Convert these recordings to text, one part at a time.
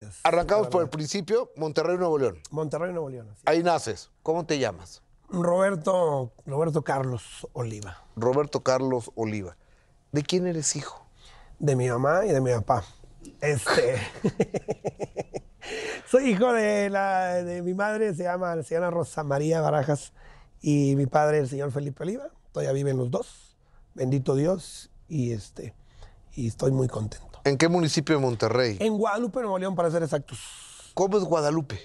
cosas. Arrancamos la por el verdad. principio, Monterrey, Nuevo León. Monterrey, Nuevo León. así. Ahí naces. ¿Cómo te llamas? Roberto, Roberto Carlos Oliva, Roberto Carlos Oliva. ¿De quién eres hijo? de mi mamá y de mi papá. Este. soy hijo de, la, de mi madre, se llama la señora Rosa María Barajas, y mi padre, el señor Felipe Oliva. Todavía viven los dos. Bendito Dios. Y este. Y estoy muy contento. ¿En qué municipio de Monterrey? En Guadalupe, Nuevo León, para ser exactos. ¿Cómo es Guadalupe?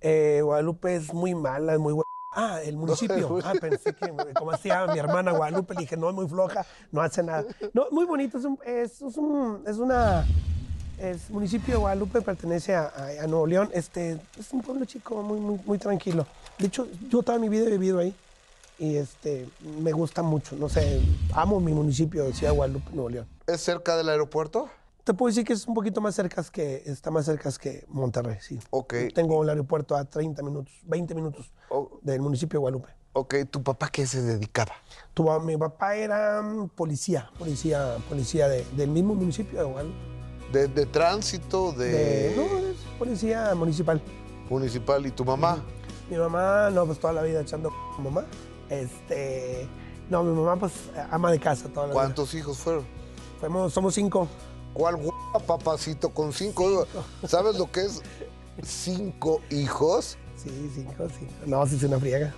Eh, Guadalupe es muy mala, es muy hue- Ah, el municipio. güey. Ah, pensé que, como hacía mi hermana Guadalupe, le dije, no, es muy floja, no hace nada. No, muy bonito, es, un, es, es un- es una... Es municipio de Guadalupe, pertenece a, a- a Nuevo León. Este, es un pueblo chico, muy, muy, muy tranquilo. De hecho, yo toda mi vida he vivido ahí y este, me gusta mucho. No sé, amo mi municipio de Ciudad Guadalupe, Nuevo León. ¿Es cerca del aeropuerto? Te puedo decir que es un poquito más cerca que, está más cerca que Monterrey, sí. Ok. Tengo el aeropuerto a 30 minutos, 20 minutos O- del municipio de Guadalupe. ok, ¿tu papá qué se dedicaba? Tu pa- mi papá era mm, policía, policía, policía de- del mismo municipio de Guadalupe. ¿De, de tránsito, de, De- no, es policía municipal. municipal? ¿Y tu mamá? Mi mamá, no, pues toda la vida echando con mamá. Este, no, mi mamá pues ama de casa toda la vida. ¿Cuántos hijos fueron? Fuimos- somos cinco. ¿Cuál guapa, papacito, con cinco hijos? ¿Sabes lo que es cinco hijos? Sí, cinco, cinco. No, sí es una friega.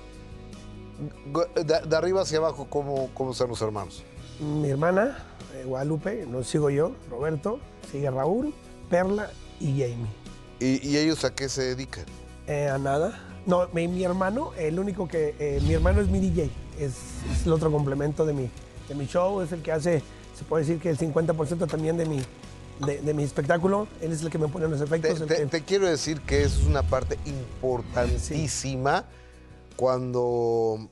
Gu- De, de arriba hacia abajo, ¿cómo, ¿cómo están los hermanos? mi hermana, eh, Guadalupe, no sigo yo, Roberto, sigue Raúl, Perla y Jamie. ¿Y, y ellos a qué se dedican? Eh, a nada. No, mi, mi hermano, el único que. eh, mi hermano es mi DJ, es, es el otro complemento de mi, de mi show, es el que hace, se puede decir que el 50% también de mi, de, de mi espectáculo. Él es el que me pone los Te, efectos. el te- que- te quiero decir que eso es una parte importantísima cuando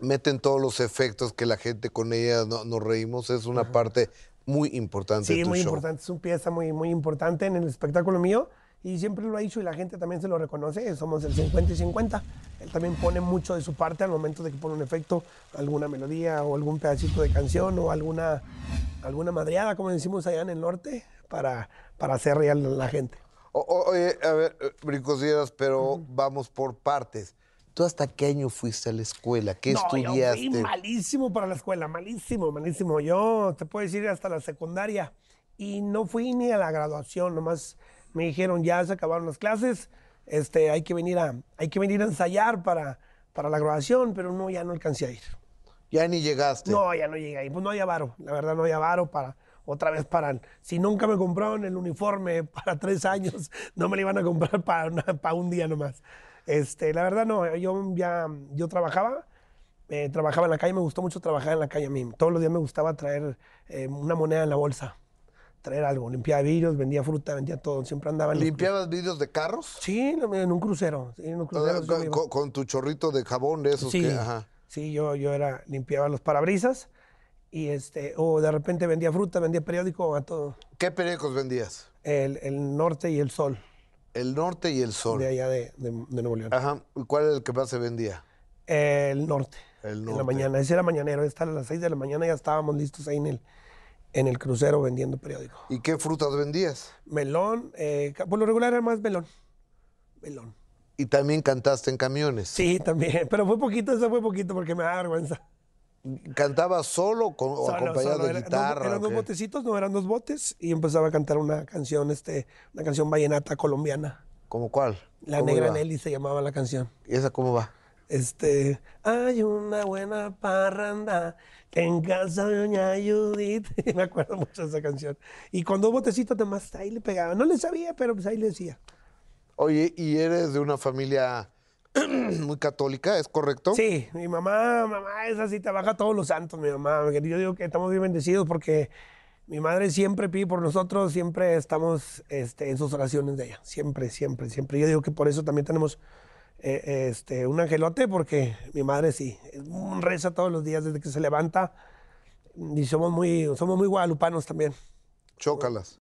meten todos los efectos que la gente con ella no- nos reímos. Es una parte muy importante Sí, de es tu muy show. importante, es una pieza muy, muy importante en el espectáculo mío y siempre lo ha dicho y la gente también se lo reconoce, somos el 50 y 50. Él también pone mucho de su parte al momento de que pone un efecto, alguna melodía o algún pedacito de canción o alguna, alguna madreada, como decimos allá en el norte, para, para hacer real a la gente. O- o- oye, a ver, eh, brincosieras, pero vamos por partes. ¿Tú hasta qué año fuiste a la escuela? ¿Qué No, yo fui estudiaste? malísimo para la escuela, malísimo, malísimo. Yo te puedo decir hasta la secundaria y no fui ni a la graduación, nomás me dijeron ya se acabaron las clases, este, hay que venir a, hay que venir a ensayar para, para la graduación, pero no, ya no alcancé a ir. Ya ni llegaste. No, ya no llegué ahí, pues no había varo, la verdad no había varo para otra vez para, si nunca me compraron el uniforme para tres años, no me lo iban a comprar para, una- para un día nomás. Este, la verdad no, yo ya, yo trabajaba, eh, trabajaba en la calle, me gustó mucho trabajar en la calle a mí, todos los días me gustaba traer eh, una moneda en la bolsa, traer algo, limpiaba vidrios, vendía fruta, vendía todo, siempre andaba en los- ¿Limpiabas vidrios de carros? Ah, Sí, en un crucero, sí, en un crucero. sí me con, iba. con- con tu chorrito de jabón de esos Sí, que. Ajá. sí, yo, yo era, limpiaba los parabrisas y este, o de repente vendía fruta, vendía periódico a todo. ¿Qué periódicos vendías? El, el norte y el sol El norte y el sol. Ah. de allá de, de- de Nuevo León. Ajá. ¿Y cuál era el que más se vendía? El norte. El En norte. la mañana, ese era mañanero, esta a las 6 de la mañana ya estábamos listos ahí en el, en el crucero vendiendo periódico. ¿Y qué frutas vendías? Melón, eh, ca- por lo regular era más melón. Melón. Y también cantaste en camiones. Sí, también, pero fue poquito, eso fue poquito porque me da vergüenza. ¿Cantabas solo o con- o Solo, acompañado solo, de era- dos- guitarra? eran o dos qué? botecitos, no eran dos botes, y empezaba a cantar una canción, este, una canción vallenata colombiana. ¿Cómo cuál? La ¿Cómo Negra iba? Nelly se llamaba la canción. ¿Y esa cómo va? Este, hay una buena parranda en casa de doña Judith. Me acuerdo mucho de esa canción. Y con dos botecitos nomás ahí le pegaba. No le sabía, pero pues ahí le decía. Oye, ¿y eres de una familia muy católica? ¿Es correcto? Sí, mi mamá, mamá es así, trabaja todos los santos, mi mamá. Yo digo que estamos bien bendecidos porque mi madre siempre pide por nosotros, siempre estamos este, en sus oraciones de ella, siempre, siempre, siempre. Yo digo que por eso también tenemos eh, este, un angelote porque mi madre sí, es- reza todos los días desde que se levanta y somos muy, somos muy guadalupanos también. Chócalas.